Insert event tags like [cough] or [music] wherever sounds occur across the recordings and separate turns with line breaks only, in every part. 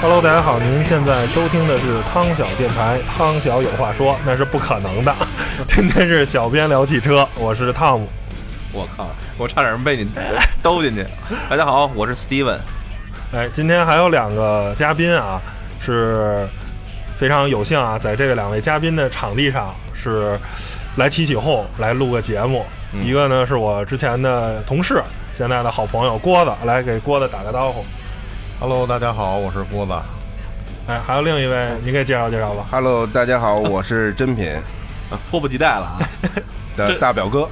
Hello，大家好，您现在收听的是汤小电台，汤小有话说，那是不可能的。 [laughs] 今天是小编聊汽车，我是汤姆。
我靠，我差点被你 [laughs] 兜进去。大家好，我是 Steven。
哎，今天还有两个嘉宾啊，是非常有幸啊，在这个两位嘉宾的场地上是来起起哄来录个节目。
嗯
一个呢是我之前的同事，现在的好朋友郭子，来给郭子打个招呼。
Hello，大家好，我是郭子。
哎，还有另一位，你给介绍介绍吧。
Hello，大家好，我是真品
啊迫不及待了啊！
的大
[laughs]
表哥。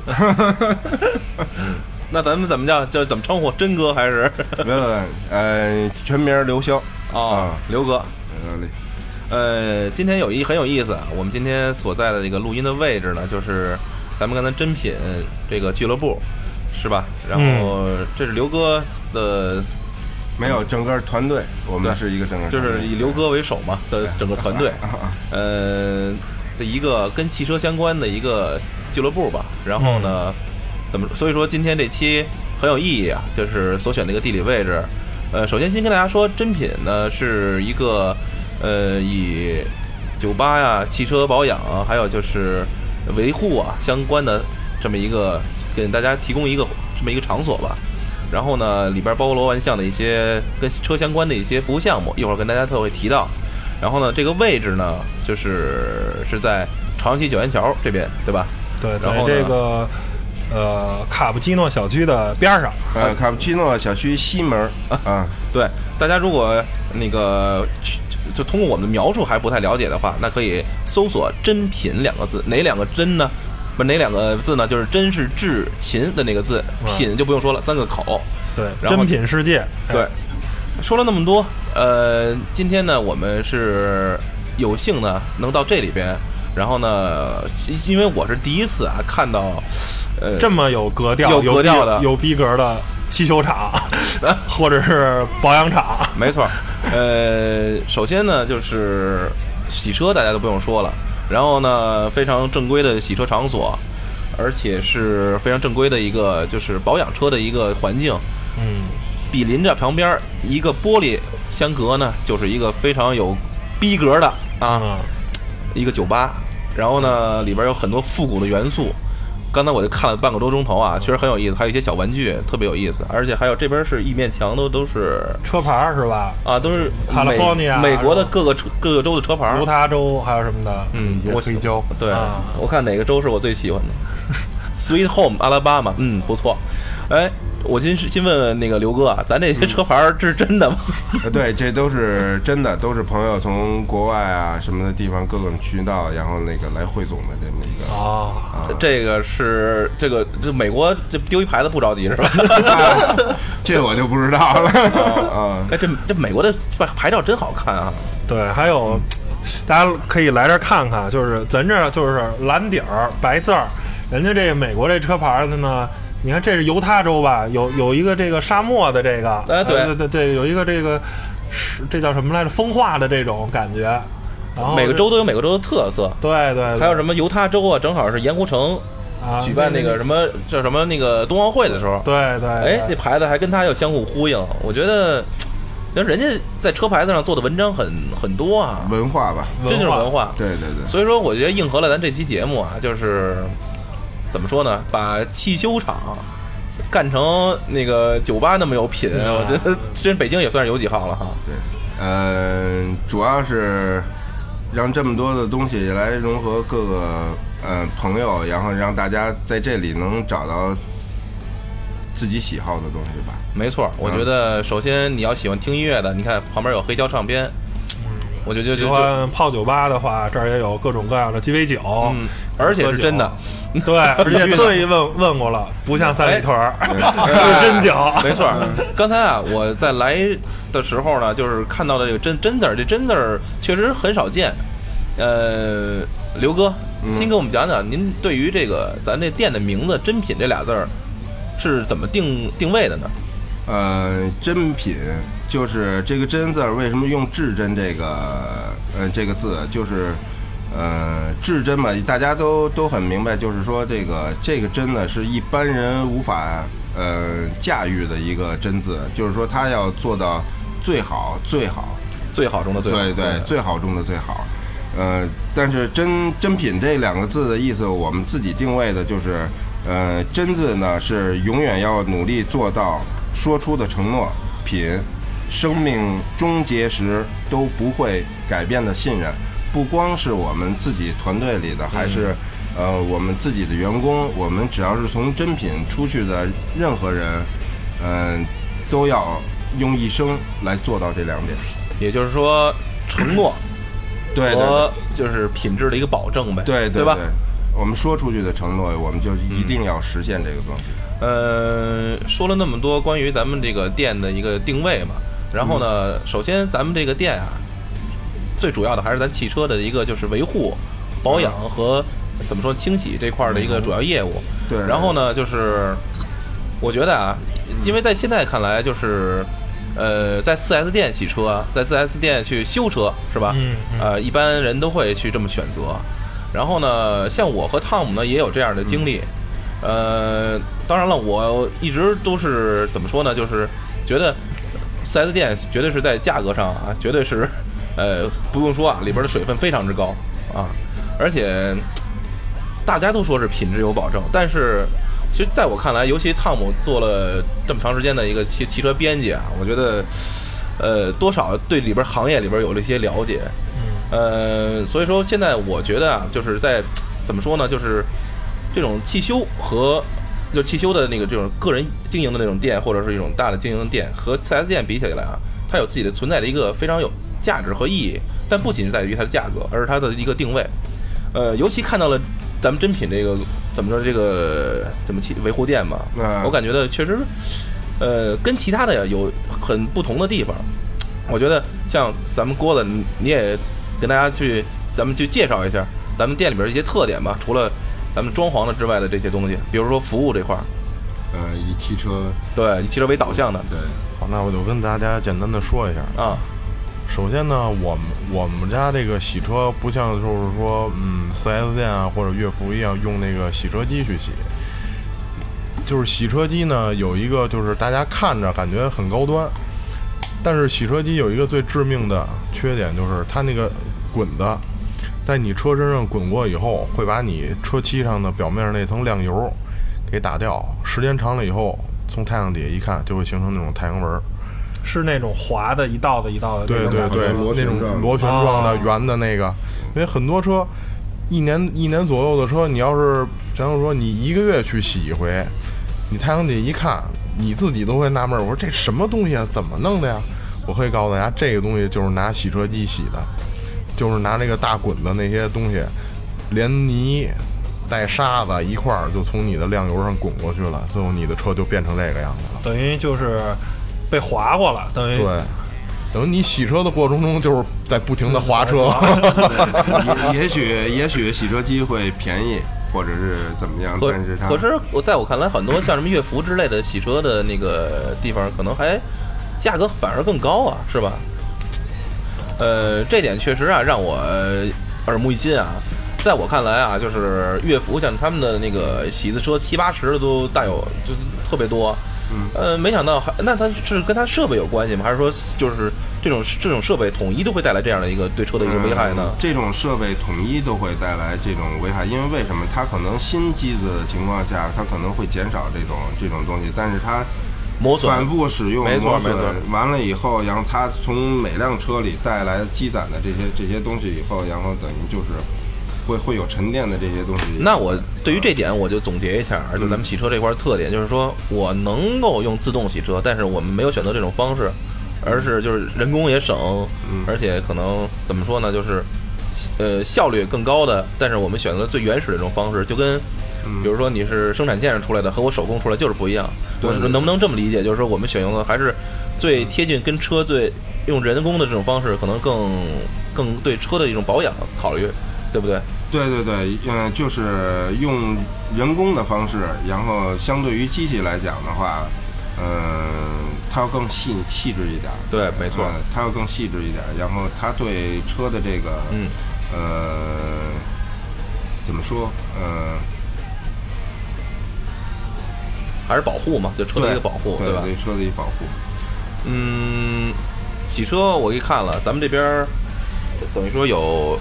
那咱们怎么叫叫怎么称呼？真哥还是
没有，没有呃，全名刘潇。
哦
啊，
刘哥？
嗯
呃，今天有一很有意思，啊，我们今天所在的这个录音的位置呢，就是咱们刚才真品这个俱乐部，是吧？然后这是刘哥的，
没有，整个团队，我们
对
是一个整个团队，
就是以刘哥为首嘛的整个团队，呃的一个跟汽车相关的一个俱乐部吧。然后呢，怎么嗯所以说今天这期很有意义啊，就是所选的一个地理位置。呃，首先先跟大家说，真品呢是一个呃以酒吧呀、汽车保养啊，还有就是维护啊相关的这么一个给大家提供一个这么一个场所吧。然后呢，里边包罗万象的一些跟车相关的一些服务项目，一会儿跟大家都会提到。然后呢，这个位置呢，就是是在朝阳西九元桥这边，对吧？
对，
然
在
后呢
这个呃卡布奇诺小区的边上。
呃，卡布奇诺小区西门
[laughs]
啊，
对，大家如果那个去就通过我们的描述还不太了解的话，那可以搜索“真品”两个字，哪两个真呢？不，哪两个字呢？就是“真”是至勤的那个字，“
嗯
品”就不用说了，三个口。
对，
然后
真品世界。哎
对，说了那么多，呃，今天呢，我们是有幸呢能到这里边，然后呢，因因为我是第一次啊看到，呃，
这么有格调、
有
逼
格调的
有逼格的汽修厂，或者是保养厂。
没错儿，呃，首先呢就是洗车，大家都不用说了。然后呢，非常正规的洗车场所，而且是非常正规的一个就是保养车的一个环境。
嗯，
比邻着旁边儿一个玻璃相隔呢，就是一个非常有逼格的啊、
嗯
一个酒吧。然后呢，里边有很多复古的元素。刚才我就看了半个多钟头啊，确实很有意思，还有一些小玩具，特别有意思。而且还有这边是一面墙都都是
车牌儿是吧？
啊，都是美
California，啊
美国的各个车各个州的车牌儿
犹。他州还有什么的？
嗯，我
黑胶
对、
啊
我看哪个州是我最喜欢
[laughs]
的？Sweet Home 阿拉巴马，嗯，不错。哎，我先是先问问那个刘哥啊，咱这
嗯
些车牌儿是真的吗？ [laughs]
呃对，这都是真的，都是朋友从国外啊什么的地方各种渠道，然后那个来汇总的这么一
哦
个。
啊，
啊
这个是这个这美国这丢一牌子不着急
[laughs]
是吧？
[laughs] 这我就不知道了 [laughs] 啊。
哎，这这美国的牌牌照真好看啊！
对，还有。大家可以来这儿看看，就是咱这儿就是蓝底儿白字儿，人家这个美国这车牌儿的呢，你看这是犹他州吧，有有一个这个沙漠的这个，
哎对
呃对对对，有一个这个是这叫什么来着，风化的这种感觉，然后
每个
这
州都有每个州的特色，
对对，
还有什么犹他州啊，正好是盐湖城
啊
举办那个什么叫什么那个冬奥会的时候，
对对，
哎，
对
这牌子还跟它有相互呼应，我觉得，那人家在车牌子上做的文章很很多啊，
文化吧，
这就是文化。
对对对，
所以说，我觉得应和了咱这期节目啊，就是怎么说呢，把汽修厂干成那个酒吧那么有品，
嗯
我觉得真北京也算是有几号了哈。
呃，主要是让这么多的东西来融合各个呃朋友，然后让大家在这里能找到自己喜好的东西吧。
没错，我觉得首先你要喜欢听音乐的，你看旁边有黑胶唱片，我就就
喜
就就
欢泡酒吧的话，这儿也有各种各样的鸡尾酒，
嗯，而且是真的。
对，而且特意问问过了，不像三里屯儿， [laughs] 是真酒。
哎 [laughs] 没错儿，刚才啊，我在来的时候呢，就是看到的这个真真字儿，这真字儿确实很少见。呃，刘哥，
嗯
先给我们讲讲您对于这个咱这店的名字“真品”这俩字儿是怎么定定位的呢？
呃，真品就是这个“真”字儿，为什么用“至真”这个呃这个字？就是呃至真嘛，大家都都很明白，就是说这个这个“真”呢，是一般人无法呃驾驭的一个“真”字，就是说他要做到最好最好，
最好中的最好。
对对，最好中的最好。呃，但是真真品这两个字的意思，我们自己定位的就是，呃，真字呢是永远要努力做到说出的承诺，品，生命终结时都不会改变的信任。不光是我们自己团队里的，还
嗯
是、呃我们自己的员工，我们只要是从真品出去的任何人，嗯、都要用一生来做到这两点。
也就是说，承诺
对对对
和就是品质的一个保证呗，
对
对
对
吧？，
我们说出去的承诺，我们就一定要实现这个东西。
呃，说了那么多关于咱们这个店的一个定位嘛，然后呢，首先咱们这个店啊，最主要的还是咱汽车的一个就是维护、保养和怎么说清洗这块儿的一个主要业务。
对
然后呢，就是我觉得啊，因为在现在看来就是。呃，在 4S 店洗车啊，在 4S 店去修车是吧？
嗯嗯
呃，一般人都会去这么选择。然后呢，像我和汤姆呢也有这样的经历。
嗯
呃，当然了，我一直都是怎么说呢，就是觉得 4S 店绝对是在价格上啊，绝对是呃不用说啊，里边的水分非常之高啊，而且大家都说是品质有保证，但是其实在我看来，尤其汤姆做了这么长时间的一个汽汽车编辑啊，我觉得呃多少对里边行业里边有了一些了解，呃，所以说现在我觉得啊，就是在怎么说呢，就是这种汽修和就汽修的那个这种个人经营的那种店，或者是一种大的经营的店，和 4S 店比起来啊，它有自己的存在的一个非常有价值和意义。但不仅是在于它的价格，而是它的一个定位。呃，尤其看到了咱们真品这个怎么说这个怎么去维护店嘛，
嗯
我感觉到确实，呃，跟其他的有很不同的地方。我觉得像咱们郭子，你你也跟大家去，咱们去介绍一下咱们店里边的一些特点吧。除了咱们装潢的之外的这些东西，比如说服务这块儿，
呃，以汽车
对，以汽车为导向的
对，
好，那我就跟大家简单的说一下。
啊，
首先呢，我们我们家这个洗车不像就是说，嗯，4S 店啊或者乐福一样用那个洗车机去洗，就是洗车机呢有一个就是大家看着感觉很高端，但是洗车机有一个最致命的缺点就是它那个滚子在你车身上滚过以后，会把你车漆上的表面上那层亮油给打掉，时间长了以后，从太阳底下一看就会形成那种太阳纹儿。
是那种滑的，一道的一道的，
对对对，
螺
那
旋
种
状的啊
螺旋状的
哦
圆的那个，因为很多车一年一年左右的车，你要是假如说你一个月去洗一回，你太阳底下一看，你自己都会纳闷儿，我说这什么东西啊，怎么弄的呀？我可以告诉大家，这个东西就是拿洗车机洗的，就是拿那个大滚的那些东西，连泥带沙子一块儿就从你的亮油上滚过去了，最后你的车就变成这个样子了。
等于就是被划过了，等于
对，等于你洗车的过程中，就是在不停的划车。 [laughs]
也也许也许洗车机会便宜，或者是怎么样，
可
但是它
可是我在我看来，很多像什么乐福之类的洗车的那个地方，可能还价格反而更高啊，是吧？呃，这点确实啊，让我呃耳目一新啊。在我看来啊，就是乐福像他们的那个洗一次车七八十的都大有，就特别多。嗯，呃，没想到还那它是跟它设备有关系吗？还是说就是这种这种设备统一都会带来这样的一个对车的一个危害呢
嗯？这种设备统一都会带来这种危害，因为为什么？它可能新机子的情况下，它可能会减少这种这种东西，但是它
磨损
反复使用，
没错
磨
没
损
错
完了以后，然后它从每辆车里带来积攒的这些这些东西以后，然后等于就是会会有沉淀的这些东西。
那我对于这点我就总结一下，就咱们洗车这块儿特点，就是说我能够用自动洗车，但是我们没有选择这种方式，而是就是人工也省，而且可能怎么说呢，就是呃效率更高的，但是我们选择了最原始的这种方式，就跟比如说你是生产线上出来的和我手工出来就是不一样。
对
我
对对
能不能这么理解？就是说我们选用的还是最贴近跟车最用人工的这种方式，可能更更对车的一种保养考虑，对不对？
对对对，嗯、就是用人工的方式，然后相对于机器来讲的话，嗯、它要更细细致一点儿。
对没错
嗯它要更细致一点儿，然后它对车的这个，
嗯，
呃，怎么说，呃，
还是保护嘛，对车的一个保护，
对
吧？
对车的一个保护。
嗯，洗车我给看了，咱们这边儿等于说有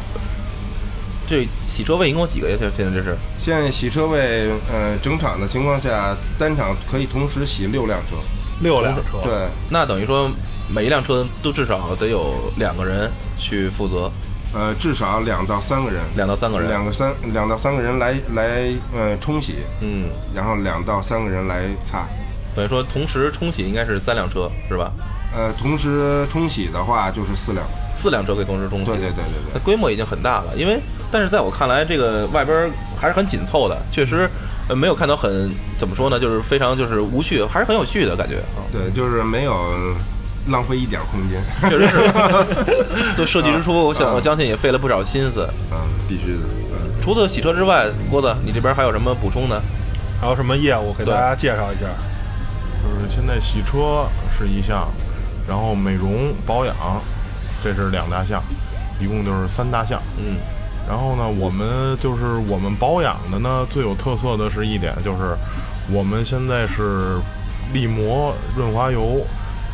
这洗车位一共有几个呀？现现在这是
现在洗车位，呃，整场的情况下，单场可以同时洗六辆车。
六辆车，
对，
那等于说每一辆车都至少得有两个人去负责，
呃，至少两到三个人，
两到三个人。
两个三两到三个人来来呃冲洗，
嗯，
然后两到三个人来擦。
等于说同时冲洗应该是三辆车是吧？
呃，同时冲洗的话就是四辆。
四辆车可以同时冲洗。
对对对对
那
对，
规模已经很大了，因为但是在我看来，这个外边儿还是很紧凑的，确实，呃，没有看到很怎么说呢，就是非常就是无序，还是很有序的感觉啊，
对，就是没有浪费一点空间。
确实 [laughs] 是。做设计之初，我想
嗯
我相信也费了不少心思。
[laughs] 嗯，必须的。嗯，
除了洗车之外，郭子，你这边还有什么补充呢？
还有什么业务给
对
大家介绍一下？
就是现在洗车是一项，然后美容保养这是两大项，一共就是三大项。
嗯
然后呢，我们就是我们保养的呢，最有特色的是一点就是，我们现在是力摩润滑油，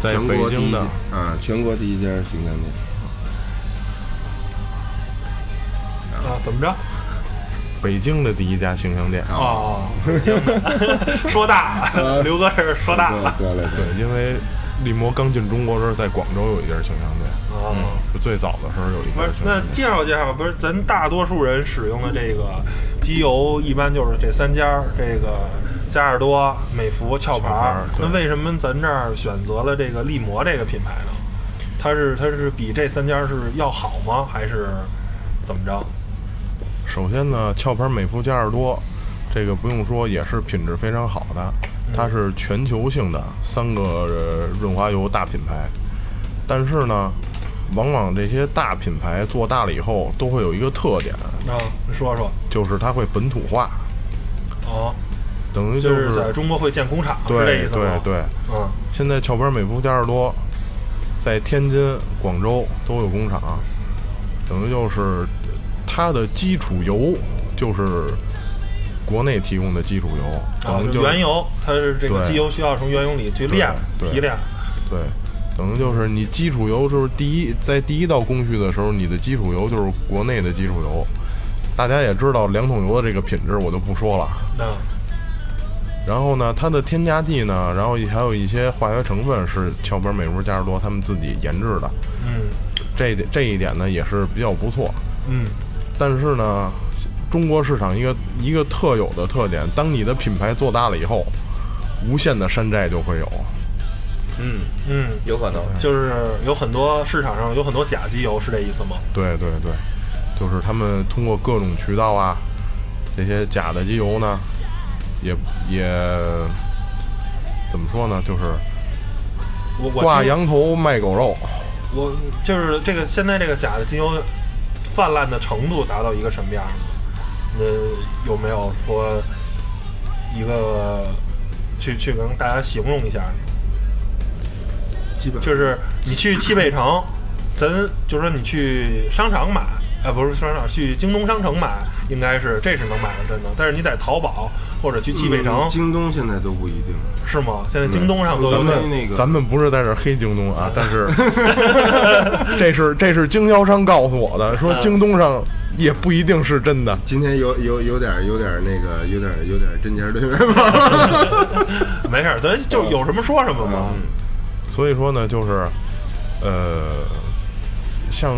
在
全
北
国第
京
一
的，
啊，全国第一家洗干店。
啊，怎么着？
北京的第一家形象店。
哦， [laughs] 说
[laughs]
大
啊
了，刘哥这是说大了。
对对
对，因为力摩刚进中国的时候，在广州有一家形象店，
哦，
是最早的时候有一
不是
家，形
那
象店。
介绍介绍，不是咱大多数人使用的这个机油，一般就是这三家儿，这个加尔多、美孚、壳牌儿。
壳牌
那
儿对
为什么咱这儿选择了这个力摩这个品牌呢？它是它是比这三家儿是要好吗？还是怎么着？
首先呢，壳牌美孚加尔多，这个不用说，也是品质非常好的，
嗯
它是全球性的三个呃润滑油大品牌。但是呢，往往这些大品牌做大了以后，都会有一个特点，
啊，你说说。
就是它会本土化，
哦，
等于
就是是在中国会建工厂，是这
对
意思
对
吗？
对。
嗯，
现在壳牌美孚、加尔多在天津、广州都有工厂，等于就是它的基础油就是国内提供的基础油，
啊
等于，
就
就是、
原油，它是这个
对
机油需要从原油里去炼
对对
提炼。
对，等于就是你基础油就是第一，在第一道工序的时候，你的基础油就是国内的基础油。大家也知道两桶油的这个品质，我就不说了。
那
然后呢，它的添加剂呢，然后还有一些化学成分是壳牌美孚、加尔多他们自己研制的，
嗯
这一点这一点呢也是比较不错。
嗯，
但是呢，中国市场一个一个特有的特点，当你的品牌做大了以后，无限的山寨就会有。
嗯，
嗯，
有可能。
就是有很多市场上有很多假机油，是这意思吗？
对对对，就是他们通过各种渠道啊，这些假的机油呢，也也怎么说呢，就是
我我
挂
听
羊头卖狗肉。
我就是这个现在这个假的机油泛滥的程度达到一个什么样呢？呃，有没有说一个去去跟大家形容一下？
基本
就是你去西北城，咱就说你去商场买，呃，不是商场，去京东商城买，应该是这是能买得真的。但是你在淘宝或者去西北城、
嗯京东现在都不一定了。
是吗？现在京东上都有
咱
这
们那个
咱们不是在这儿黑京东啊，
[laughs]
但是这是这是经销商告诉我的，
啊
说京东上也不一定是真的。
今天有有有点有点那个有点有点针尖对麦芒。
没事儿，咱就
嗯
有什么说什么嘛。
所以说呢，就是，呃，像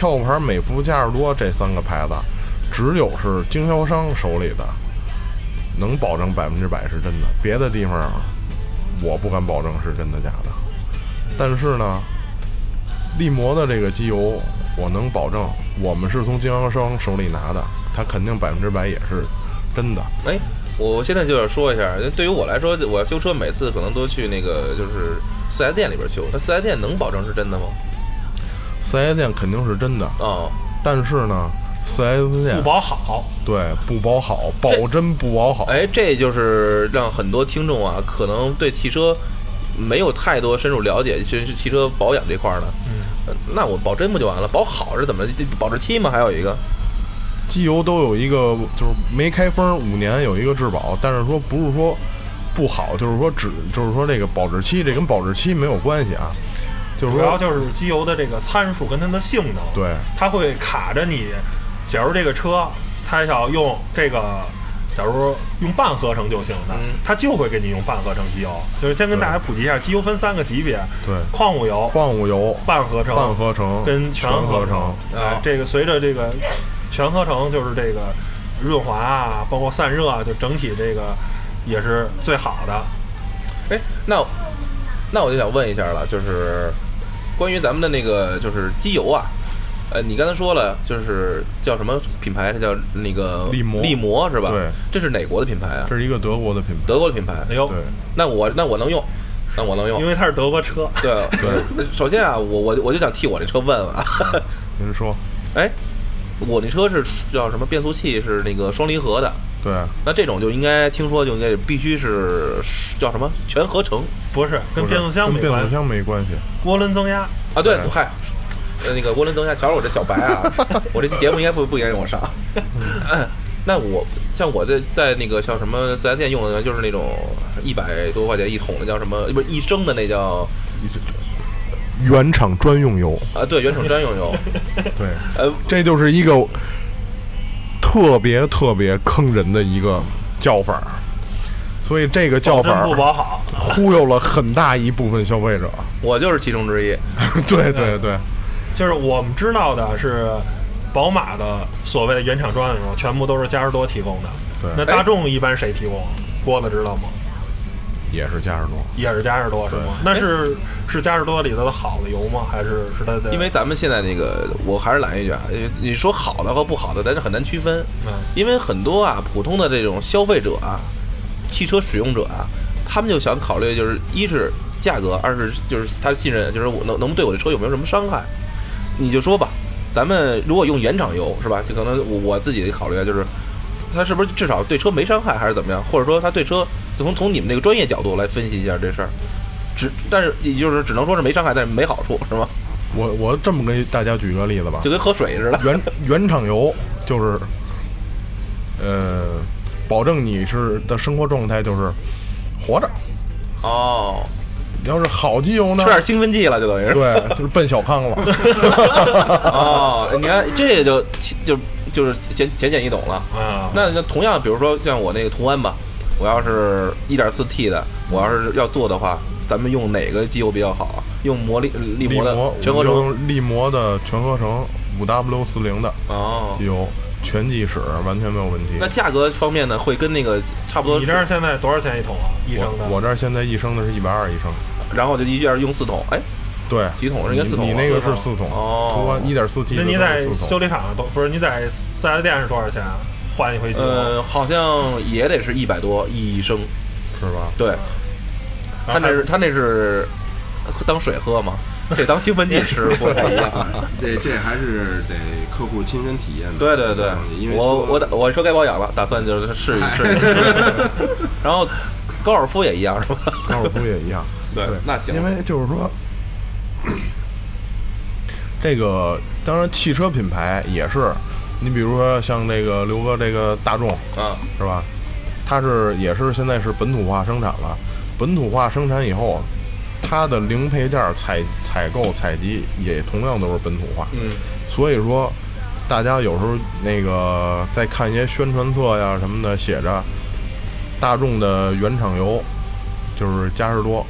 壳牌、美孚、嘉士多这三个牌子，只有是经销商手里的，能保证百分之百是真的，别的地方啊我不敢保证是真的假的。但是呢，力摩的这个机油，我能保证我们是从经销商手里拿的，它肯定百分之百也是真的。
哎，我现在就要说一下，对于我来说，我要修车，每次可能都去那个就是四 S 店里边修。那四 S 店能保证是真的吗？
四 S 店肯定是真的，
哦，
但是呢，四 S 店
不保好，
对，不保好，保真不保好。
哎，这就是让很多听众啊，可能对汽车没有太多深入了解，甚至汽车保养这块儿呢。呃那我保真不就完了？保好是怎么？保质期吗？还有一个，
机油都有一个，就是没开封五年有一个质保，但是说不是说不好，就是说只就是说这个保质期，这跟保质期没有关系啊。就是
主要
说
就是机油的这个参数跟它的性能，
对
它会卡着你。假如这个车它要用这个，假如用半合成就行的，
嗯
它就会给你用半合成机油。就是先跟大家普及一下，机油分三个级别：
对
矿物油、
矿物油、
半合成、
半合成
跟全
全合
成
成。啊
哎
哦，
这个随着这个全合成，就是这个润滑啊，包括散热啊，就整体这个也是最好的。
哎，那那我就想问一下了，就是关于咱们的那个就是机油啊，呃，你刚才说了，就是叫什么品牌？它叫那个
力摩
力摩是吧？
对，
这是哪国的品牌啊？
这是一个德国的品牌，
德国的品牌。
哎呦，
对
[laughs]
那我那我能用，那我
哦
能用
因。为它是德国
[laughs]
车，
对对，首先啊，我我我就想替我这车问问啊， [laughs]
您说
哎，我那车是叫什么变速器是那个双离合的，
对
那这种就应该听说就应该必须是叫什么全合成
不是跟
不是
变速箱没
跟变
关
速
系，
箱没关系，
涡轮增压。
啊？对
对，
嗨，呃那个涡轮增压，瞧着我这小白啊，我这期节目应该不不应该让我上。 [laughs] 那我像我这在那个像什么四 S 店用的，就是那种一百多块钱一桶的，叫什么？不是一升的那叫
原厂专用油，
啊？对，原厂专用油。
对，
呃，
这就是一个特别特别坑人的一个叫法儿，所以这个叫
真
法
不
儿
保好，
忽悠了很大一部分消
[laughs]
费者。
我就是其中之一。
对对对，
就是我们知道的是，宝马的所谓的原厂专用油全部都是嘉实多提供的。
对
那大众一般谁提供？郭子知道吗？
也是加十多。
也是嘉实多是吗？那
哎
是是嘉实多里头的好的油吗？还是是它的？
因为咱们现在那个，我还是来一句啊，你说好的和不好的，咱是很难区分，
嗯
因为很多啊，普通的这种消费者啊，汽车使用者啊，他们就想考虑，就是一是价格，二是就是他信任，就是我能能对我的车有没有什么伤害。你就说吧，咱们如果用原厂油是吧？就可能我我自己考虑啊，就是它是不是至少对车没伤害，还是怎么样？或者说它对车，就从从你们这个专业角度来分析一下这事儿。只，但是也就是只能说是没伤害，但是没好处，是吗？
我我这么给大家举个例子吧
就，跟喝水似的。
[laughs] 原原厂油就是，呃，保证你是的生活状态就是活着。
哦，
要是好机油呢 [laughs]
吃，点兴奋剂了，就等于是。
对，就是奔小康
[laughs]
了。
哦，你看这也就就就是浅浅显易懂了。
啊，
那那同样，比如说像我那个途安吧，我要是一点四 T 的，我要是要做的话，咱们用哪个机油比较好啊？用魔力力
力
摩的
摩
全合
我
成。
们就用力摩的全合成五 W 四零的
哦，
机油，全季使完全没有问题。
那价格方面呢，会跟那个差不多。
你这儿现在多少钱一桶啊？一升的？
我我这儿现在一升的是一百二一升，
然后就一下用四桶，哎，
对，
几桶是应该
你
四桶
你
吧
那个
四桶
是四桶，
哦
途观一点四 T
那你在
四
修
桶，
理厂多不是？你在四 S 店是多少钱啊换一回机油？
呃，好像也得是一百多一升。
是吧？
对，
然
他
后
那
还
是他那是当水喝嘛，这当兴奋剂吃不太一样。
这这还是得客户亲身体验的。
对对对
因，为
我
说
我打我车该保养了，打算就是试一
[laughs]
试。然后高尔夫也一样是吧？
高尔夫也一样，
[laughs] 对那行
因为就是说，这个当然汽车品牌也是，你比如说像这个刘哥这个大众
啊，
是吧？它是也是现在是本土化生产了，本土化生产以后，它的零配件儿采采购采集也同样都是本土化，
嗯，
所以说，大家有时候那个在看一些宣传册呀什么的，写着大众的原厂油就是嘉实多，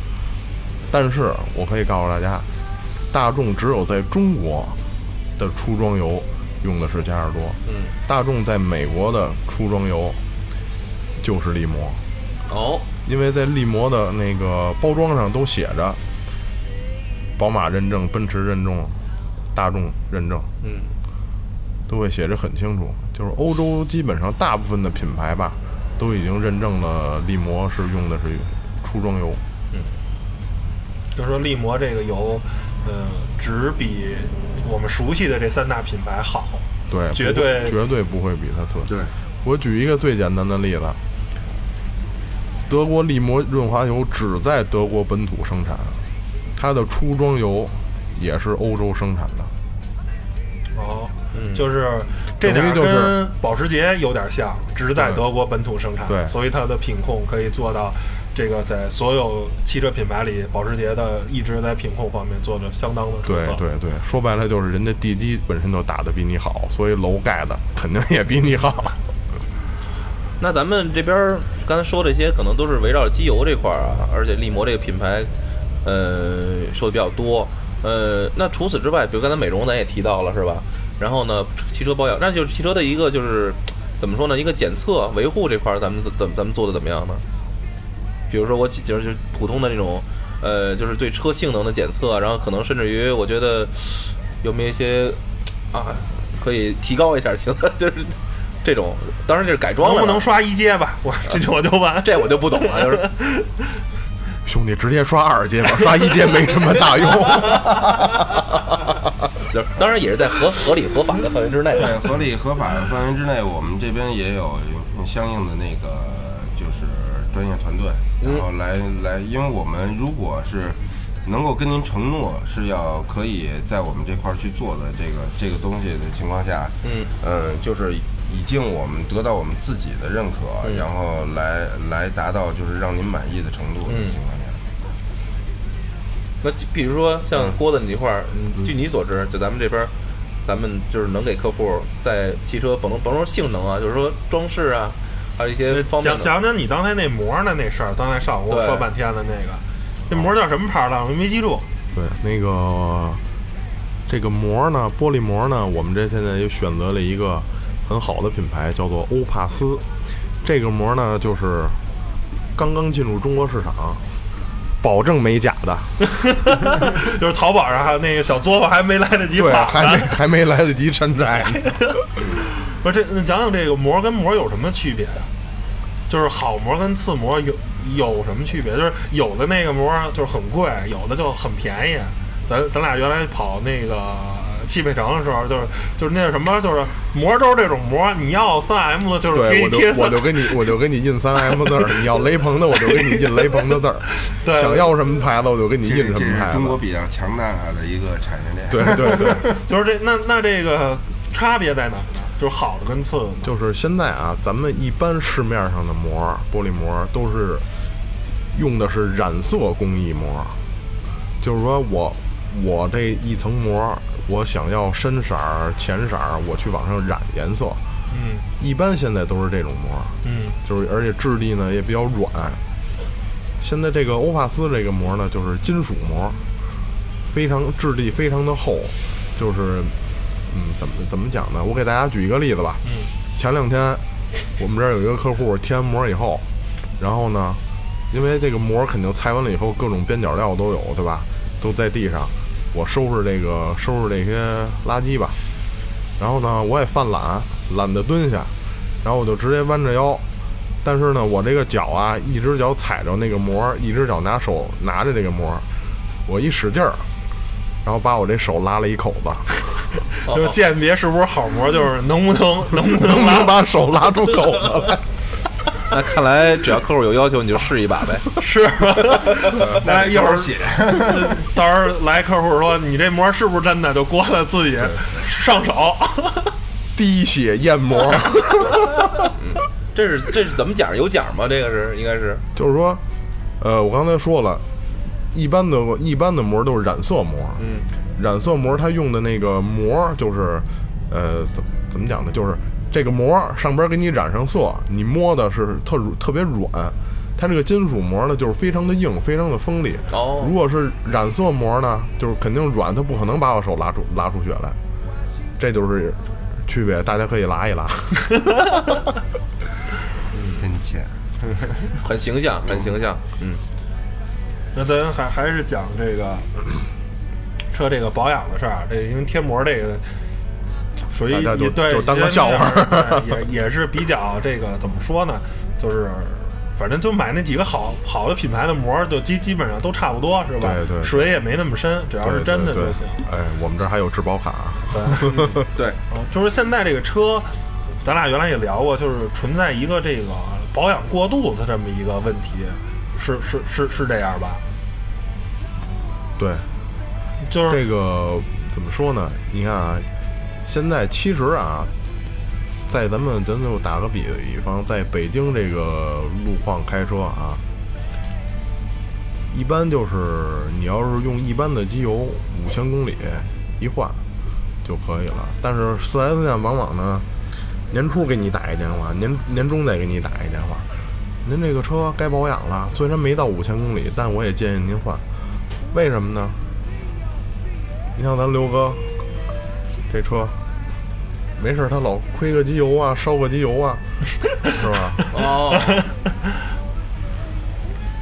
但是我可以告诉大家，大众只有在中国的出装油用的是嘉实多，
嗯，
大众在美国的出装油就是力摩，
哦，
因为在力摩的那个包装上都写着宝马认证、奔驰认证、大众认证。
嗯，
都会写着很清楚，就是欧洲基本上大部分的品牌吧，都已经认证了力摩是用的是出装油，
就说力摩这个油，呃，只比我们熟悉的这三大品牌好。
对，
绝
不
对
绝对不会比它次。
对
我举一个最简单的例子，德国力摩润滑油只在德国本土生产，它的出装油也是欧洲生产的。
哦，就是这点
嗯等
儿
于就是
跟保时捷有点像，只是在
对
德国本土生产，
对
所以它的品控可以做到这个在所有汽车品牌里，保时捷的一直在品控方面做的相当的出
对
色。
对对，说白了就是人家地基本身就打得比你好，所以楼盖的肯定也比你好。
那咱们这边儿刚才说这些，可能都是围绕机油这块儿啊，而且力摩这个品牌，呃，说的比较多。呃，那除此之外，比如刚才美容咱也提到了，是吧？然后呢，汽车保养，那就是汽车的一个就是怎么说呢？一个检测维护这块儿，咱们怎咱们做的怎么样呢？比如说我就是普通的那种，呃，就是对车性能的检测，然后可能甚至于我觉得有没有一些啊，可以提高一下，行， [laughs] 就是这种，当然这是改装
能
了
不
啊
能刷一阶吧？我这就我就完。
这我就不懂了，就是
兄弟，直接刷二阶吧，刷一阶没什么大用。
就是，当然也是在合合理合法的范围之内
对，合理合法的范围之内，我们这边也有相应的那个就是专业团队，然后来来，因为我们如果是能够跟您承诺是要可以在我们这块儿去做的这个这个东西的情况下，
嗯，
呃，就是已经我们得到我们自己的认可，然后来来达到就是让您满意的程度的情况下。
那就比如说像郭子你这块儿，嗯，据你所知，就咱们这边儿，咱们就是能给客户在汽车甭甭说性能啊，就是说装饰啊，还有一些方
讲
面的
讲讲你刚才那膜的那事儿，刚才上午我
对
说半天了那个，那膜叫什么牌儿的？我没记住。
对，那个这个膜呢，玻璃膜呢，我们这现在又选择了一个很好的品牌，叫做欧帕斯。这个膜呢，就是刚刚进入中国市场，保证没假的。
就是淘宝上还有那个小作坊还没来得及
对，
发
[laughs] 还没
呢。
还没来得及山
[laughs]
寨呢。
不是这，那讲讲这个膜跟膜有什么区别啊？就是好膜跟次膜有有什么区别？就是有的那个膜就是很贵，有的就很便宜。咱咱俩原来跑那个汽配城的时候，就是就是那个什么，就是膜都是这种膜，你要三 M 的，就是
对，
给
我
你贴
就我
三
就给你我就给你印三 M
[laughs]
字儿，你要雷朋的我就给你印雷朋的字儿，
对
想要什么牌子我就给你
这
印
是
什
这
么
是
牌
中国
子。
比较强大的一个产业链。
对 [laughs] 对对。
就是这那那这个差别在哪儿呢？就是好的跟次的呢。
就是现在啊，咱们一般市面上的膜，玻璃膜都是用的是染色工艺膜，就是说我我这一层膜，我想要深色儿、浅色儿，我去往上染颜色。
嗯
一般现在都是这种膜，
嗯，
就是而且质地呢也比较软。现在这个欧帕斯这个膜呢，就是金属膜，非常质地非常的厚，就是嗯怎么怎么讲呢？我给大家举一个例子吧。
嗯
前两天我们这儿有一个客户贴完膜以后，然后呢，因为这个膜肯定裁完了以后，各种边角料都有，对吧？都在地上，我收拾这个收拾这些垃圾吧。然后呢，我也犯懒，懒得蹲下，然后我就直接弯着腰。但是呢，我这个脚啊，一只脚踩着那个膜，一只脚拿手拿着这个膜，我一使劲儿，然后把我这手拉了一口子， [laughs]
就是鉴别是不是好膜，就是能不能能不能
能不能
拉
把手拉出口子来？
那看来只要客户有要求，你就试一把呗。 [laughs]
是吧？来一会儿
写。
[laughs] 到时候来客户说你这膜是不是真的，就过来自己上手。
滴血验膜。
这是这是怎么讲？有奖吗？这个是应该是
就是说，呃，我刚才说了，一般的一般的膜都是染色膜，
嗯，
染色膜它用的那个膜就是，呃，怎么怎么讲呢？就是这个膜上边给你染上色，你摸的是特如特别软。它这个金属膜呢，就是非常的硬，非常的锋利。
哦
如果是染色膜呢，就是肯定软，它不可能把我手拉出拉出血来。这就是区别，大家可以拉一拉。
[laughs] 真欠。
很形象，很形象。嗯，
[laughs] 那咱还还是讲这个车这个保养的事儿，啊这因为贴膜这个属于
大家就
也对，
就当个笑话 [laughs]
儿，对也也是比较这个怎么说呢，就是。反正就买那几个好好的品牌的膜，就基基本上都差不多，是吧？
对对
水也没那么深，只要哦是真的就
对
行。。
对哎，我们这儿还有质保卡啊。
对，
啊，就是现在这个车，咱俩原来也聊过，就是存在一个这个保养过度的这么一个问题，是是是是这样吧？
对，
就是
这个怎么说呢？你看啊，现在其实啊，在咱们咱就打个比方，在北京这个路况开车啊，一般就是你要是用一般的机油，五千公里一换就可以了。但是 4S 店往往呢，年初给你打一电话，年年终再给你打一电话，您这个车该保养了，虽然没到五千公里，但我也建议您换。为什么呢？你像咱刘哥这车，没事儿他老亏个机油啊，烧个机油啊，是吧？
哦， [laughs]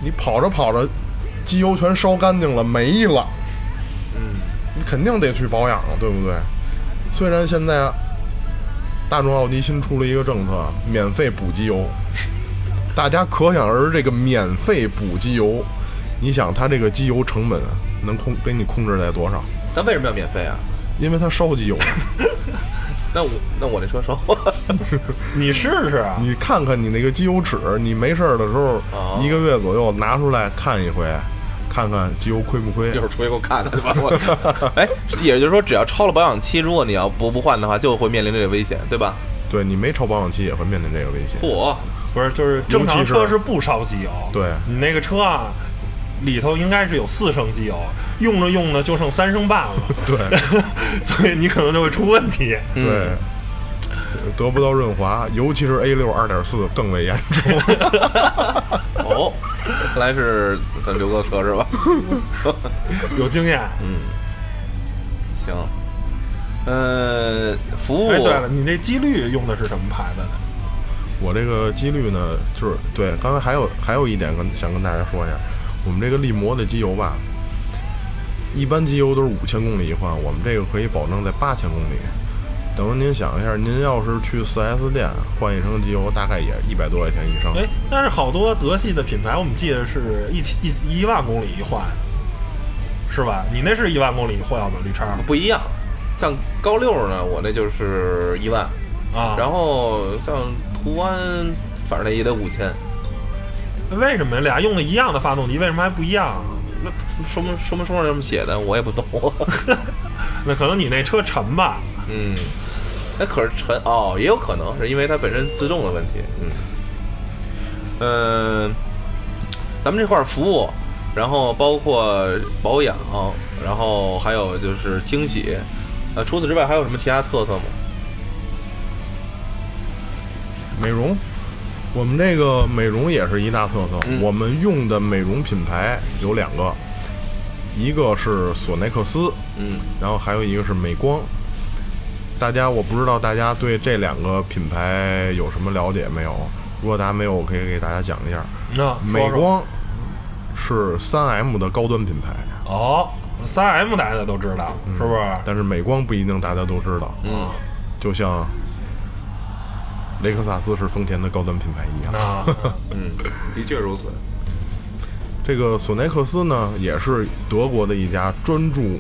你跑着跑着，机油全烧干净了，没了。嗯，你肯定得去保养啊，对不对？虽然现在大众奥迪新出了一个政策，免费补机油，大家可想而知，这个免费补机油，你想它这个机油成本啊能控给你控制在多少？
那为什么要免费啊？
因为它烧机油，
那我那我这车收，
你试试啊，
你看看你那个机油尺，你没事儿的时候
哦，
一个月左右拿出来看一回，看看机油亏不亏。
[laughs] 一会儿出去给我看看去吧。我哎，也就是说，只要超了保养期，如果你要不不换的话，就会面临这个危险，对吧？
对你没超保养期也会面临这个危险。
嚯，
不是就是正常
尤其是
车是不烧机油，
对
你那个车啊。里头应该是有四升机油，用着用着就剩三升半了， [laughs]
对
所以你可能就会出问题。
嗯
对，得不到润滑，尤其是 A 六二点四更为严重。
哦，看来是咱刘哥车是吧？ [laughs]
有经验。
行，呃，服务
哎，对了，你这机滤用的是什么牌子的？
我这个机滤呢，就是对，刚才还有还有一点跟想跟大家说一下，我们这个力摩的机油吧，一般机油都是五千公里一换，我们这个可以保证在八千公里。等于您想一下，您要是去 4S 店换一升机油，大概也一百多块钱一升。
哎，但是好多德系的品牌，我们记得是一起一一万公里一换，是吧？你那是一万公里一换吗？绿叉
不一样，像高六呢，我那就是一万，
啊？
然后像途安，反正那也得五千，
为什么俩用的一样的发动机，为什么还不一样啊？
那说明说明书上这么写的，我也不懂。
那可能你那车沉吧？
嗯，那可是沉哦，也有可能是因为它本身自重的问题。嗯，呃，咱们这块儿服务，然后包括保养，然后还有就是清洗。呃，除此之外还有什么其他特色吗？
美容，我们这个美容也是一大特色。
嗯
我们用的美容品牌有两个，一个是索耐克斯，
嗯，
然后还有一个是美光。大家我不知道大家对这两个品牌有什么了解没有？如果大家没有，我可以给大家讲一下。
那
美
说说
光是三 M 的高端品牌，
哦，三 M 大家都知道，
嗯
是不是？
但是美光不一定大家都知道。嗯，就像雷克萨斯是丰田的高端品牌一样。
啊，
的确如此。
这个索耐克斯呢，也是德国的一家专注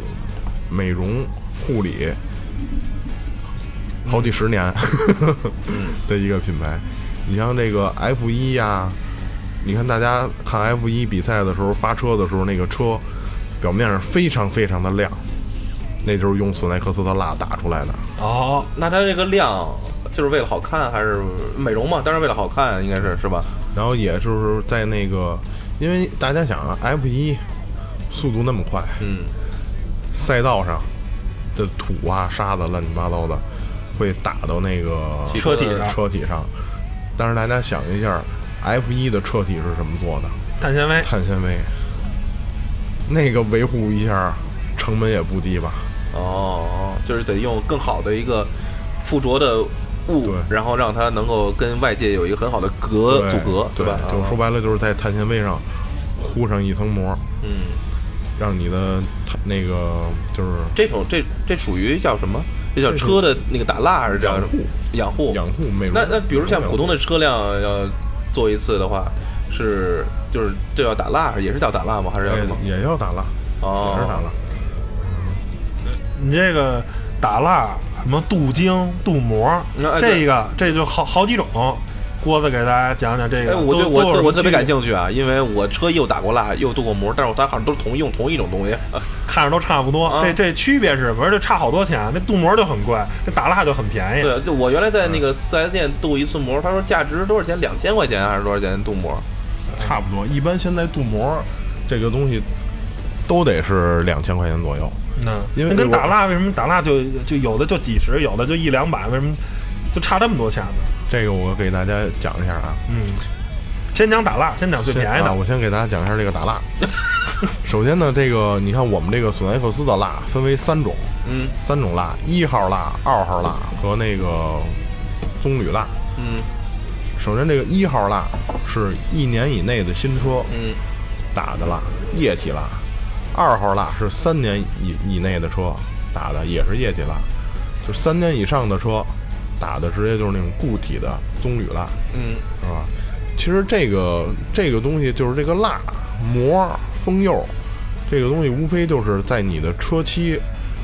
美容护理好几十年 [laughs] 的一个品牌。你像这个 F 一呀，你看大家看 F 一比赛的时候发车的时候，那个车表面上非常非常的亮，那就是用索耐克斯的蜡打出来的。
哦，
那它这个量就是为了好看，还是美容嘛？当然为了好看，应该是是吧？
然后也就是在那个，因为大家想啊，F 一速度那么快，
嗯，
赛道上的土啊、沙子、乱七八糟的，会打到那个
汽
车体
车
上
车体上。但是大家想一下，F 一的车体是什么做的？
碳纤维，
碳纤维，那个维护一下成本也不低吧？
哦，就是得用更好的一个附着的物
对，
然后让它能够跟外界有一个很好的隔
对
阻隔，
对
吧？
就
啊
说白了，就是在碳纤维上糊上一层膜，
嗯，
让你的碳那个就是
这种这这属于叫什么？这叫
这是
车的那个打蜡还是叫什么养护？
养护美容。
那那比如像普通
的
的车辆要做一次的话，是就是就要打蜡，也是叫打蜡吗？还是要什么？
也也要打蜡，
哦
也是打蜡。
你这个打蜡、什么镀晶、镀膜
嗯哎，对
这个这就好好几种。郭子给大家讲讲这
哎，
个，
我
就
就我特我特别感兴趣啊，因为我车又打过蜡，又镀过膜，但是我它好像都是同用同一种东西。
[laughs]
看着都差不多。
啊
这这区别是什么？而且差好多钱，那镀膜就很贵，那打蜡就很便宜。
对，就我原来在那个四 S 店镀一次膜，他说价值多少钱？两千块钱还是多少钱镀膜？
嗯差不多。一般现在镀膜，这个东西都得是两千块钱左右。
那
因为
那跟
我
打蜡为什么打蜡就就有的就几十，有的就一两百，为什么就差这么多钱呢？
这个我给大家讲一下啊，
嗯，先讲打蜡，先讲最
先
便宜的
啊，我先给大家讲一下这个打蜡。 [laughs] 首先呢，这个你看我们这个索奈克斯的蜡分为三种，
嗯
三种蜡：一号蜡、二号蜡和那个棕榈蜡。
嗯
首先，这个一号蜡是一年以内的新车
嗯
打的蜡，液体蜡；二号蜡是三年以以内的车打的，也是液体蜡；就三年以上的车打的直接就是那种固体的棕榈蜡。
嗯
啊，其实这个这个东西就是这个蜡膜封釉，这个东西无非就是在你的车漆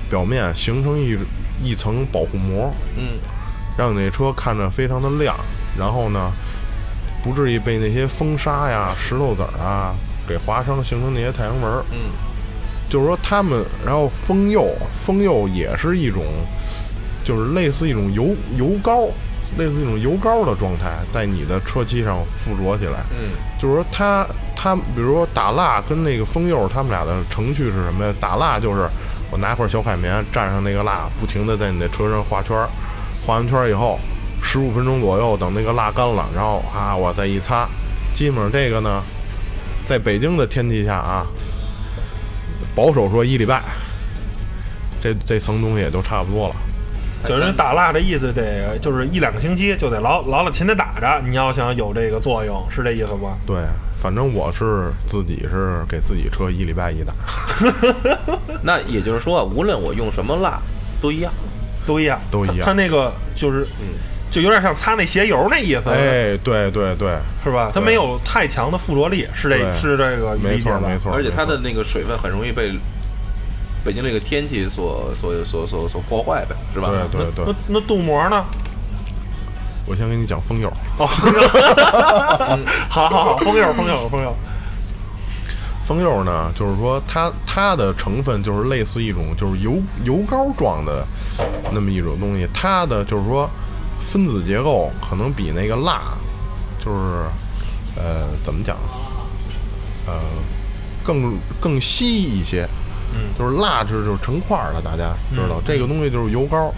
表面形成一一层保护膜，
嗯
让你那车看着非常的亮，然后呢，不至于被那些风沙呀、石头子儿啊给划伤，形成那些太阳纹儿。
嗯
就是说他们，然后封釉，封釉也是一种，就是类似一种油油膏，类似一种油膏的状态，在你的车漆上附着起来。
嗯
就是说它它，比如说打蜡跟那个封釉，他们俩的程序是什么呀？打蜡就是我拿一块小海绵蘸上那个蜡，不停的在你的车上画圈儿，画完圈儿以后，十五分钟左右，等那个蜡干了，然后啊，我再一擦，基本上这个呢，在北京的天气下啊，保守说一礼拜，这这层东西也就差不多了。哎
就是打蜡的意思得就是一两个星期就得老老老勤的打着，你要想有这个作用，是这意思吗？
对，反正我是自己是给自己车一礼拜一打。
那也就是说，无论我用什么蜡都一样。
都一样，
都一样
它它那个就是，
嗯
就有点像擦那鞋油那意思，
哎，对对对，
是吧？它
对
没有太强的附着力，是这
对
是这个
没
理解
错
吧？
没错，
而且它
没错
的那个水分很容易被北京这个天气所所所所所破坏呗，是吧？
对对对
那，那镀膜呢？
我先给你讲风友，
哦，好好好，风友风友风友，
风友呢，就是说它它的成分就是类似一种就是油油膏状的那么一种东西，它的就是说分子结构可能比那个蜡就是呃怎么讲呃更更稀一些，
嗯
就是蜡质就是成块儿了，大家知道、这个东西就是油膏。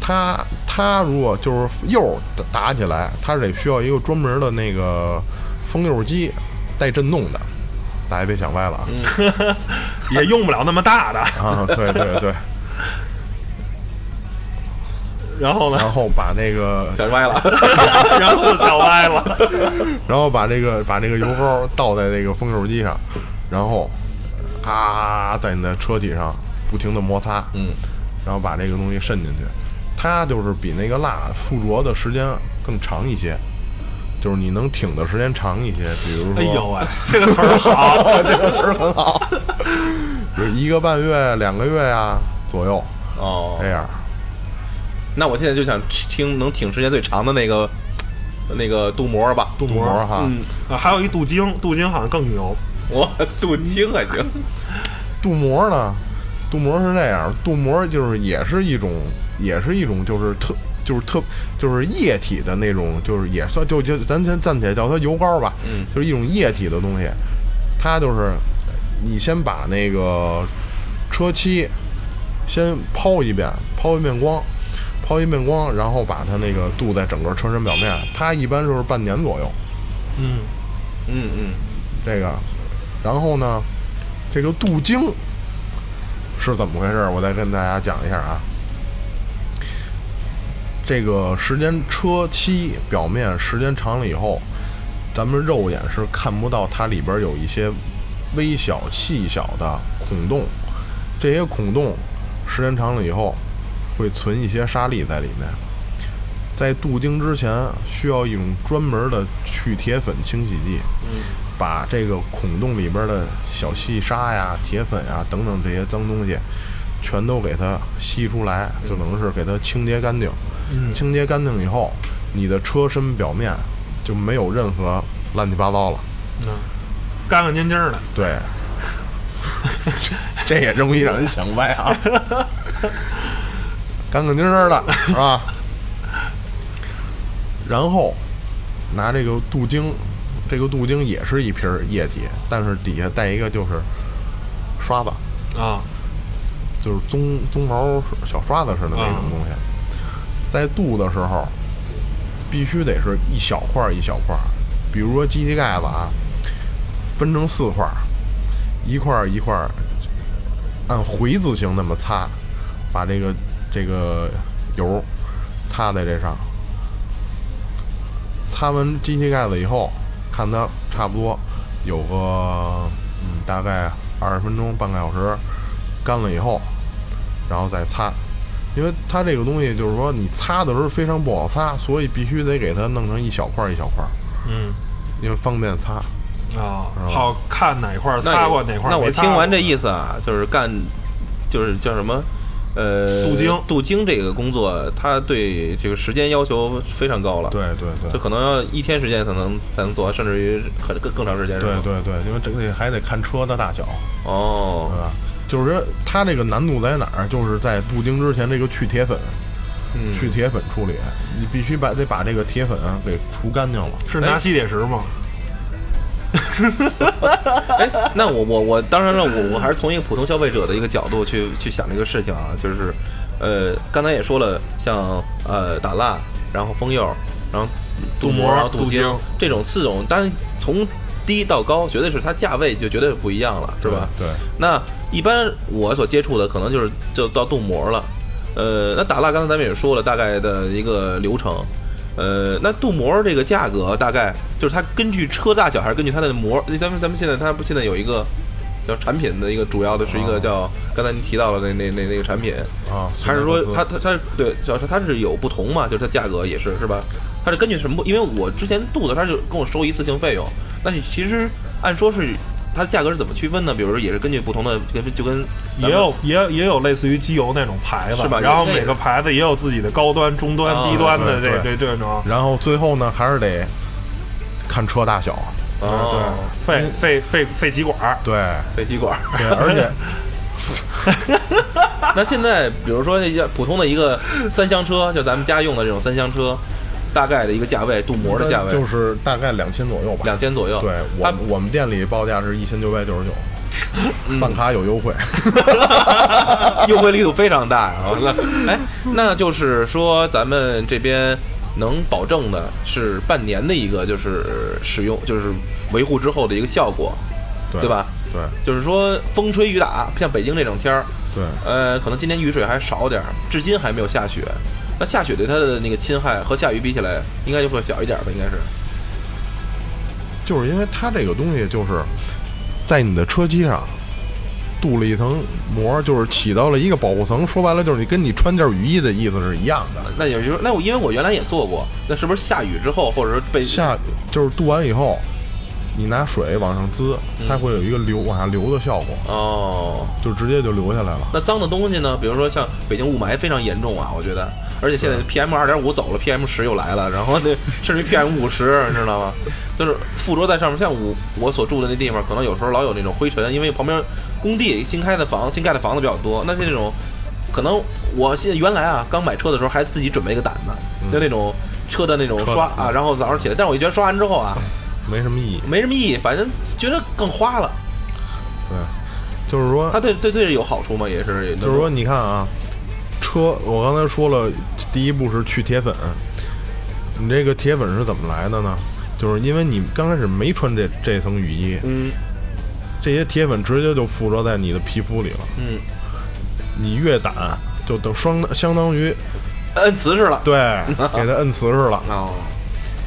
它它如果就是釉打打起来，它得需要一个专门的那个封釉机，带震动的，大家别想歪了啊！
也用不了那么大的。
啊，对对对，
然后呢？
然后把那个，
想歪了，
[laughs] 然后就想歪了。
然后把这个把这个油膏倒在那个封釉机上，然后啊，在你的车体上不停的摩擦，
嗯，
然后把这个东西渗进去。它就是比那个蜡附着的时间更长一些，就是你能挺的时间长一些。比如说，
哎呦喂，这个词儿 [laughs] 好，
这个词儿很好，比如一个半月、两个月呀、左右
哦
这，
哎
样。
那我现在就想听能挺时间最长的那个那个镀膜吧，
镀膜儿哈，
嗯，啊还有一镀金，镀金好像更牛。
我 [laughs] 镀金还行，
镀膜呢，镀膜是这样，镀膜就是也是一种，也是一种就是特就是特就是液体的那种，就是也算就就咱先暂且叫它油膏吧，
嗯
就是一种液体的东西，它就是你先把那个车漆先抛一遍，抛一遍光。抛一遍光，然后把它那个镀在整个车身表面，它一般就是半年左右。
嗯，
嗯嗯，
这个，然后呢，这个镀晶是怎么回事儿？我再跟大家讲一下啊。这个时间车漆表面时间长了以后，咱们肉眼是看不到它里边儿有一些微小细小的孔洞，这些孔洞时间长了以后会存一些沙粒在里面。在镀晶之前，需要一种专门的去铁粉清洗剂，把这个孔洞里边的小细沙呀、铁粉啊呀等等这些脏东西，全都给它吸出来，就能是给它清洁干净。清洁干净以后，你的车身表面就没有任何乱七八糟了。
嗯干干净净的。
对，这这也容易让人想歪啊，干干净净的是吧？然后拿这个镀晶这个镀晶也是一瓶儿液体，但是底下带一个就是刷子，
啊，
就是鬃鬃毛小刷子似的那种东西，在镀的时候，必须得是一小块儿一小块儿，比如说机器盖子啊，分成四块儿，一块儿一块儿，按回字形那么擦，把这个这个油擦在这上，擦完机器盖子以后，看它差不多有个嗯大概二十分钟半个小时干了以后，然后再擦，因为它这个东西就是说你擦的时候非常不好擦，所以必须得给它弄成一小块儿一小块儿，
嗯
因为方便擦。
啊，好看哪块儿
那
擦
你
过哪块儿
那我
没擦
听完
过
这意思啊，就是干，就是叫什么？呃，
镀金
镀金这个工作，它对这个时间要求非常高了。，
对对
就可能要一天时间才能才能做完，甚至于很更更长时间。是
对
吧。
对对，因为这个还得看车的大小，
哦
对，吧？就是说它这个难度在哪儿？就是在镀晶之前，这个去铁粉，
嗯
去铁粉处理，你必须把得把这个铁粉啊给除干净了。
是拿吸铁石吗？
哎，那我我我当然了，我我还是从一个普通消费者的一个角度去去想这个事情啊，就是，呃，刚才也说了，像呃打蜡，然后封釉，然后镀膜、
镀膜
镀
镀
金
晶
这种四种，但从低到高，绝对是它价位就绝对不一样了，是吧？
对，
那一般我所接触的可能就是就到镀膜了，呃，那打蜡刚才咱们也说了大概的一个流程，呃，那镀膜这个价格大概就是它根据车大小还是根据它的膜？那咱们咱们现在它不现在有一个叫产品的一个主要的是一个叫刚才您提到了那那那那个产品，
啊，
还是说
现在公
它它
司
它是对，主要是它是有不同嘛，就是它价格也是是吧？它是根据什么不？因为我之前镀的，它就跟我收一次性费用。那你其实按说是它价格是怎么区分呢？比如说也是根据不同的，就跟就跟咱们
也有也有也有类似于机油那种牌子
是吧，
然后
有那
每
个
个牌子也有自己的高端、中端、
哦
低端的
对
这
对
这这种，
然后最后呢，还是得看车大小。
哦，
对，肺肺肺肺气管儿，
啊
[laughs]
对，
肺气管。
对，而且
那现在比如说一些普通的一个三厢车，就咱们家用的这种三厢车，大概的一个价位，镀膜的价位
就是大概两千左右吧。
两千左右。
对
它
我我们店里报价是一千九百九十
[laughs]
九，办卡有优惠。
优惠力度非常大啊！那哎，那就是说咱们这边能保证的是半年的一个就是使用，就是维护之后的一个效果，
对
对吧？
对
就是说风吹雨打，像北京这种天儿，
对，
呃，可能今年雨水还少点儿，至今还没有下雪。那下雪对它的那个侵害和下雨比起来，应该就会小一点吧？应该是。
就是因为它这个东西就是在你的车机上镀了一层膜，就是起到了一个保护层。说白了，就是你跟你穿件雨衣的意思是一样的。
那也就是说那我因为我原来也做过，那是不是下雨之后，或者说被
下就是镀完以后，你拿水往上滋，
嗯
它会有一个流往下流的效果，
哦，
就直接就流下来了。
那脏的东西呢？比如说像北京雾霾非常严重啊，我觉得，而且现在 PM 二点五走了，PM 十又来了，然
[laughs]
后那甚至于 PM 五十，你知道吗？就是附着在上面。像我我所住的那地方，可能有时候老有那种灰尘，因为旁边工地新开的房、新盖的房子比较多，那这种可能我现在原来啊刚买车的时候还自己准备一个掸子，就那种车的那种
嗯车
刷啊，然后早上起来，但是我就觉得刷完之后啊
没什么意义。
没什么意义，反正觉得更花了。
对，就是说
它，对对对有好处吗？也是，也能
就是说，你看啊，车我刚才说了，第一步是去铁粉，你这个铁粉是怎么来的呢？就是因为你刚开始没穿这这层雨衣，
嗯
这些铁粉直接就附着在你的皮肤里了。
嗯
你越掸，就等双相当于
摁瓷实了。 [laughs]
对给它摁瓷实了。
哦，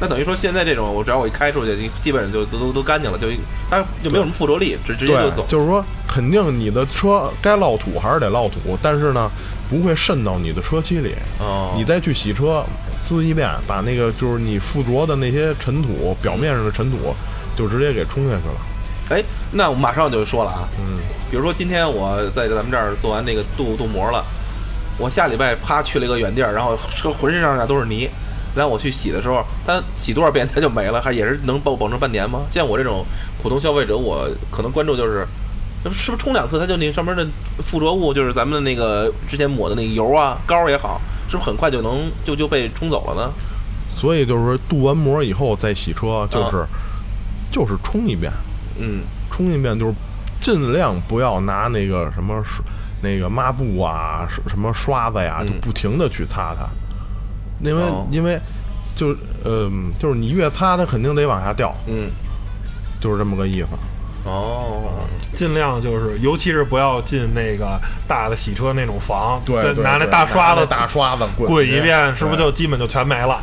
那等于说现在这种，我只要我一开出去，基本上就都都都干净了，就它就没有什么附着力，直直接就
对
走，。
就是说，肯定你的车该落土还是得落土，但是呢，不会渗到你的车漆里。
哦，
你再去洗车，滋一遍，把那个就是你附着的那些尘土，表面上的尘土，就直接给冲下去了。
哎，那我马上就说了啊，
嗯，
比如说今天我在咱们这儿做完那个镀镀膜了，我下礼拜啪去了一个远地儿，然后车浑身上下都是泥，然后我去洗的时候，它洗多少遍它 [laughs] 就没了，还也是能保保证半年吗？像我这种普通消费者，我可能关注就是。那是不是冲两次它就那上面的附着物，就是咱们的那个之前抹的那个油啊、膏儿也好，是不是很快就能就就被冲走了呢？啊
所以就是说，镀完膜以后再洗车，就是就是冲一遍，
嗯
冲一遍就是尽量不要拿那个什么刷那个抹布啊，什什么刷子呀，就不停的去擦它，因为、
哦
因为就是嗯、就是你越擦它肯定得往下掉，
嗯，
就是这么个意思。
哦，
尽量就是，尤其是不要进那个大的洗车那种房，
对，对
拿那
对
大刷
拿那
子
大刷子滚
滚一遍，是不是就基本就全没 [laughs] 了？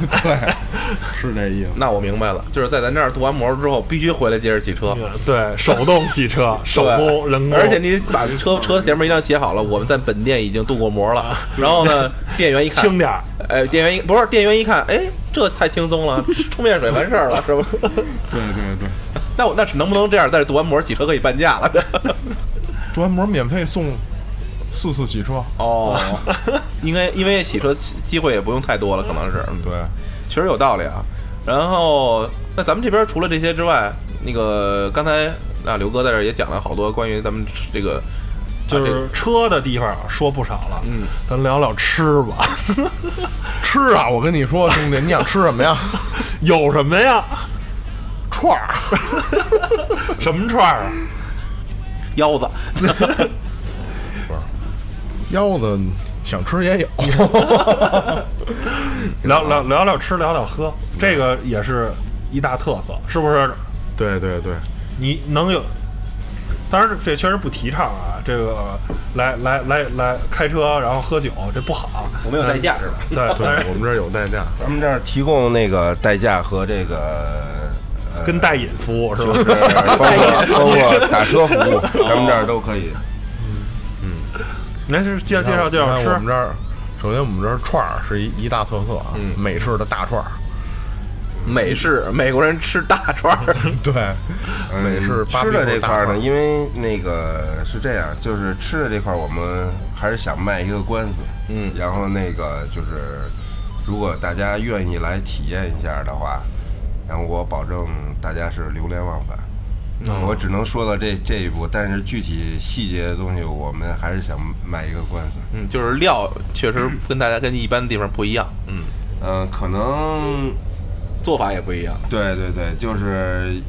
是这意思？
那我明白了，就是在咱这儿镀完膜之后，必须回来接着洗车。
对，手动洗车，手工
对
人工，
而且你把车车前面一辆写好了，我们在本店已经镀过膜了。然后 [laughs] 呢，店员一看，
轻点儿。
哎，店员一不是店员一看，哎，这太轻松了，冲面水完事儿了，是不是？
对对对，
[laughs] 那我那是能不能这样，在这镀完膜洗车可以半价了？ [laughs]
镀完膜免费送四次洗车。
哦， [laughs] 应该因为洗车机会也不用太多了，可能是，嗯
对，
确实有道理啊。然后，那咱们这边除了这些之外，那个刚才啊刘哥在这儿也讲了好多关于咱们这个，
就
啊这个
是车的地方说不少了，
嗯，
咱聊聊吃吧， [laughs]
吃啊！我跟你说，兄弟，你想吃什么呀？
有什么呀？
[laughs] 串儿，
什么串儿啊？
腰子，
[laughs] 腰子想吃 [laughs] 也有。
聊聊聊聊吃，聊聊喝，这个也是一大特色，是不是？
对对对，
你能有？当然，这确实不提倡啊。这个来来来来开车，然后喝酒，这不好。哎
我们有代驾是吧？
对，
对
但是
[laughs] 我们这儿有代驾。
咱们这儿提供那个代驾和这
[laughs]
个呃，
跟带饮服务是吧
就？是包括包括打车服务，咱们这儿都可以。
哦
来，就是介介绍介绍
你看
吃
我们这儿，首先我们这儿串儿是一一大特色啊，美式的大串儿。
美式美国人吃大串儿，
对，
嗯
美式巴比
吃的
特
这
大
块儿呢，
串
因为那个是这样，就是吃的这块儿，我们还是想卖一个关子。嗯，然后那个就是，如果大家愿意来体验一下的话，然后我保证大家是流连忘返。
嗯
我只能说到这这一步，但是具体细节的东西，我们还是想卖一个关子。
[laughs] 嗯，就是料确实跟大家跟一般地方不一样，嗯，
嗯、可能
做法也不一样，
对对对，就是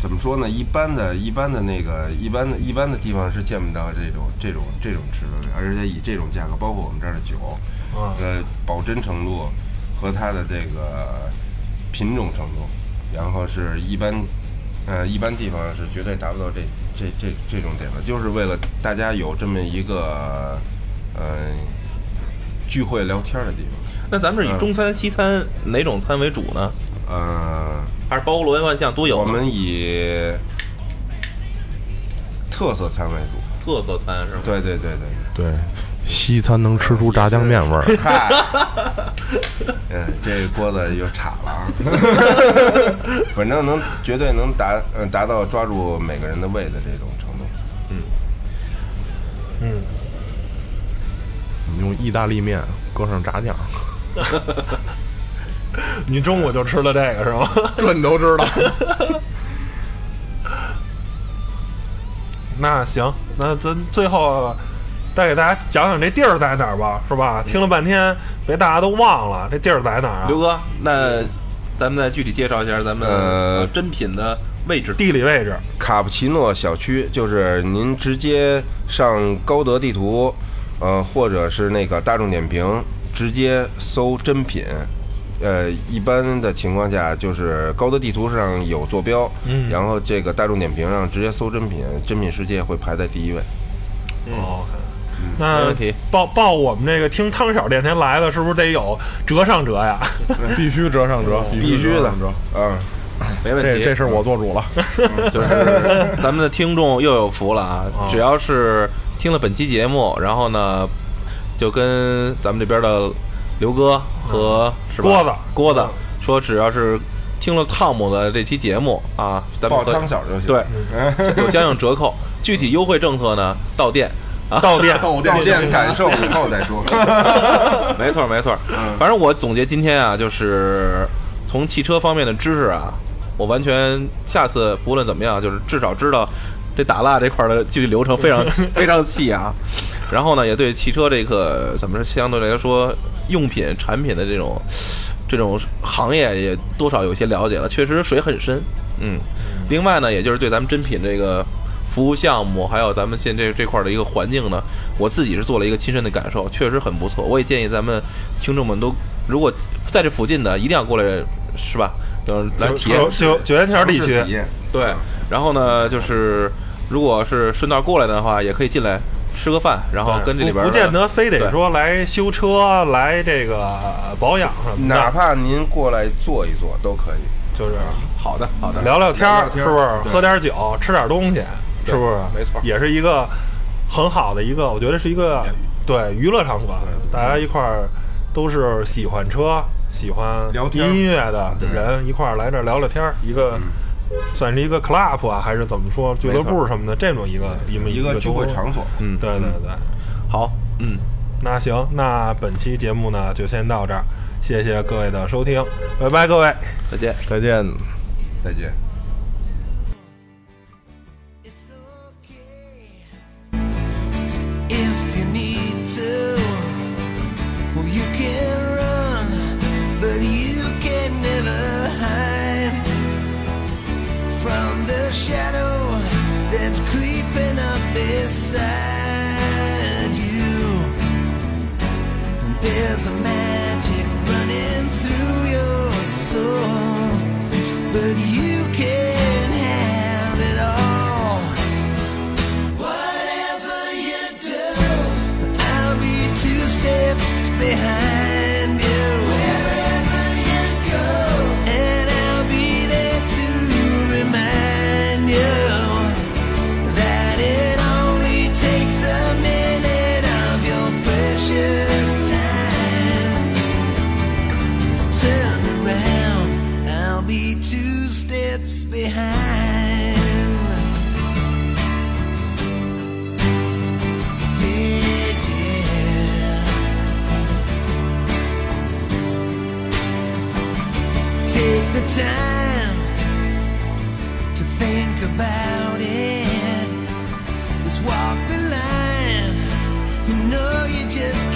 怎么说呢？一般的、一般的那个、一般的、一般的地方是见不到这种、这种、这种吃的，而且以这种价格，包括我们这儿的酒，
啊
呃，保真程度和它的这个品种程度，然后是一般，呃，一般地方是绝对达不到这这这这种点的，就是为了大家有这么一个，呃，聚会聊天儿的地方，
那咱们是以中餐、西餐哪种餐为主呢？
呃。
还是包罗万象都有呢？
我们以特色餐为主。
特色餐是吗？
对对对对，
对，西餐能吃出炸酱面味儿。
嗨，嗯，这锅子又岔了啊。反正能绝对能达嗯达到抓住每个人的胃的这种程度。
你 [laughs] 用意大利面搁上炸酱，
你中午就吃了这个是吗？
这你都知道。
[laughs] 那行，那咱最后再给大家讲讲这地儿在哪儿吧，是吧？听了半天，别大家都忘了这地儿在哪儿啊？
嗯刘哥，那咱们再具体介绍一下咱们
呃
呃真品的位置。
地理位置，
卡布奇诺小区，就是您直接上高德地图，呃，或者是那个大众点评，直接搜真品。呃，一般的情况下，就是高德地图上有坐标，
嗯
然后这个大众点评上直接搜真品，真品世界会排在第一位。
哦，OK，
没
那
问题
报报我们这个听汤小电台来的，是不是得有折上折呀？
[laughs] 必须折上折，
必须
折
的
上折。，
嗯，
没问
这
题，
这事儿我做主了。
[laughs] 就是咱们的听众又有福了啊！
哦
只要是听了本期节目，然后呢，就跟咱们这边的刘哥和是吧
嗯郭子
郭子说，只要是听了汤姆的这期节目啊，咱们
报
可以
汤小就行。
对，
[laughs]
有相应折扣。具体优惠政策呢，到店
[laughs]
啊，
到店，
到店感受以后再说。
[laughs] 没错没错，反正我总结今天啊，就是从汽车方面的知识啊，我完全下次不论怎么样，就是至少知道这打蜡这块儿的具体流程非常非常细啊。然后呢，也对汽车这个怎么说，相对来说用品产品的这种这种行业也多少有些了解了，确实水很深嗯，另外呢，也就是对咱们真品这个服务项目，还有咱们现在这这块儿的一个环境呢，我自己是做了一个亲身的感受，确实很不错。我也建议咱们听众们都，如果在这附近的，一定要过来，是吧？嗯，来体验
九九九元桥地区
城市体，验
对，然后呢，就是如果是顺道过来的话，也可以进来吃个饭，然
哦
后跟这里
嗯
边儿
不不见得非得
对
说来修车、来这个保养什么
哪
的，
怕您过来坐一坐都可以。
就是
好的，好的，
聊聊天
聊
儿，
聊
是
天儿
不是？
对
喝点酒，吃点东西，
对
是不是？
没错
也是一个很好的一个，我觉得是一个对娱乐场所，大家一块儿都是喜欢车、喜欢
聊天儿
音乐的人，一块儿来这儿聊聊天儿，一个。
嗯
算是一个 club 啊，还是怎么说俱乐部什么的这种一个一么
一个聚会场所，
嗯，对对对。
好，嗯，
那行，那本期节目呢就先到这儿，谢谢各位的收听，拜拜，各位。
再见。
再见。
再见。
It's okay if you need to. Well, you can run, but you can never hide from the shadow that's creeping up beside you. There's a magic running through your soul, but you can have it all. Whatever you do, I'll be two steps behind you. Wherever you go, and I'll be there to remind you that it only takes a minute of your precious time to turn around. I'll be two steps behind. Yeah, yeah. Take the time to think about it. Just walk the line. You know you just Oh,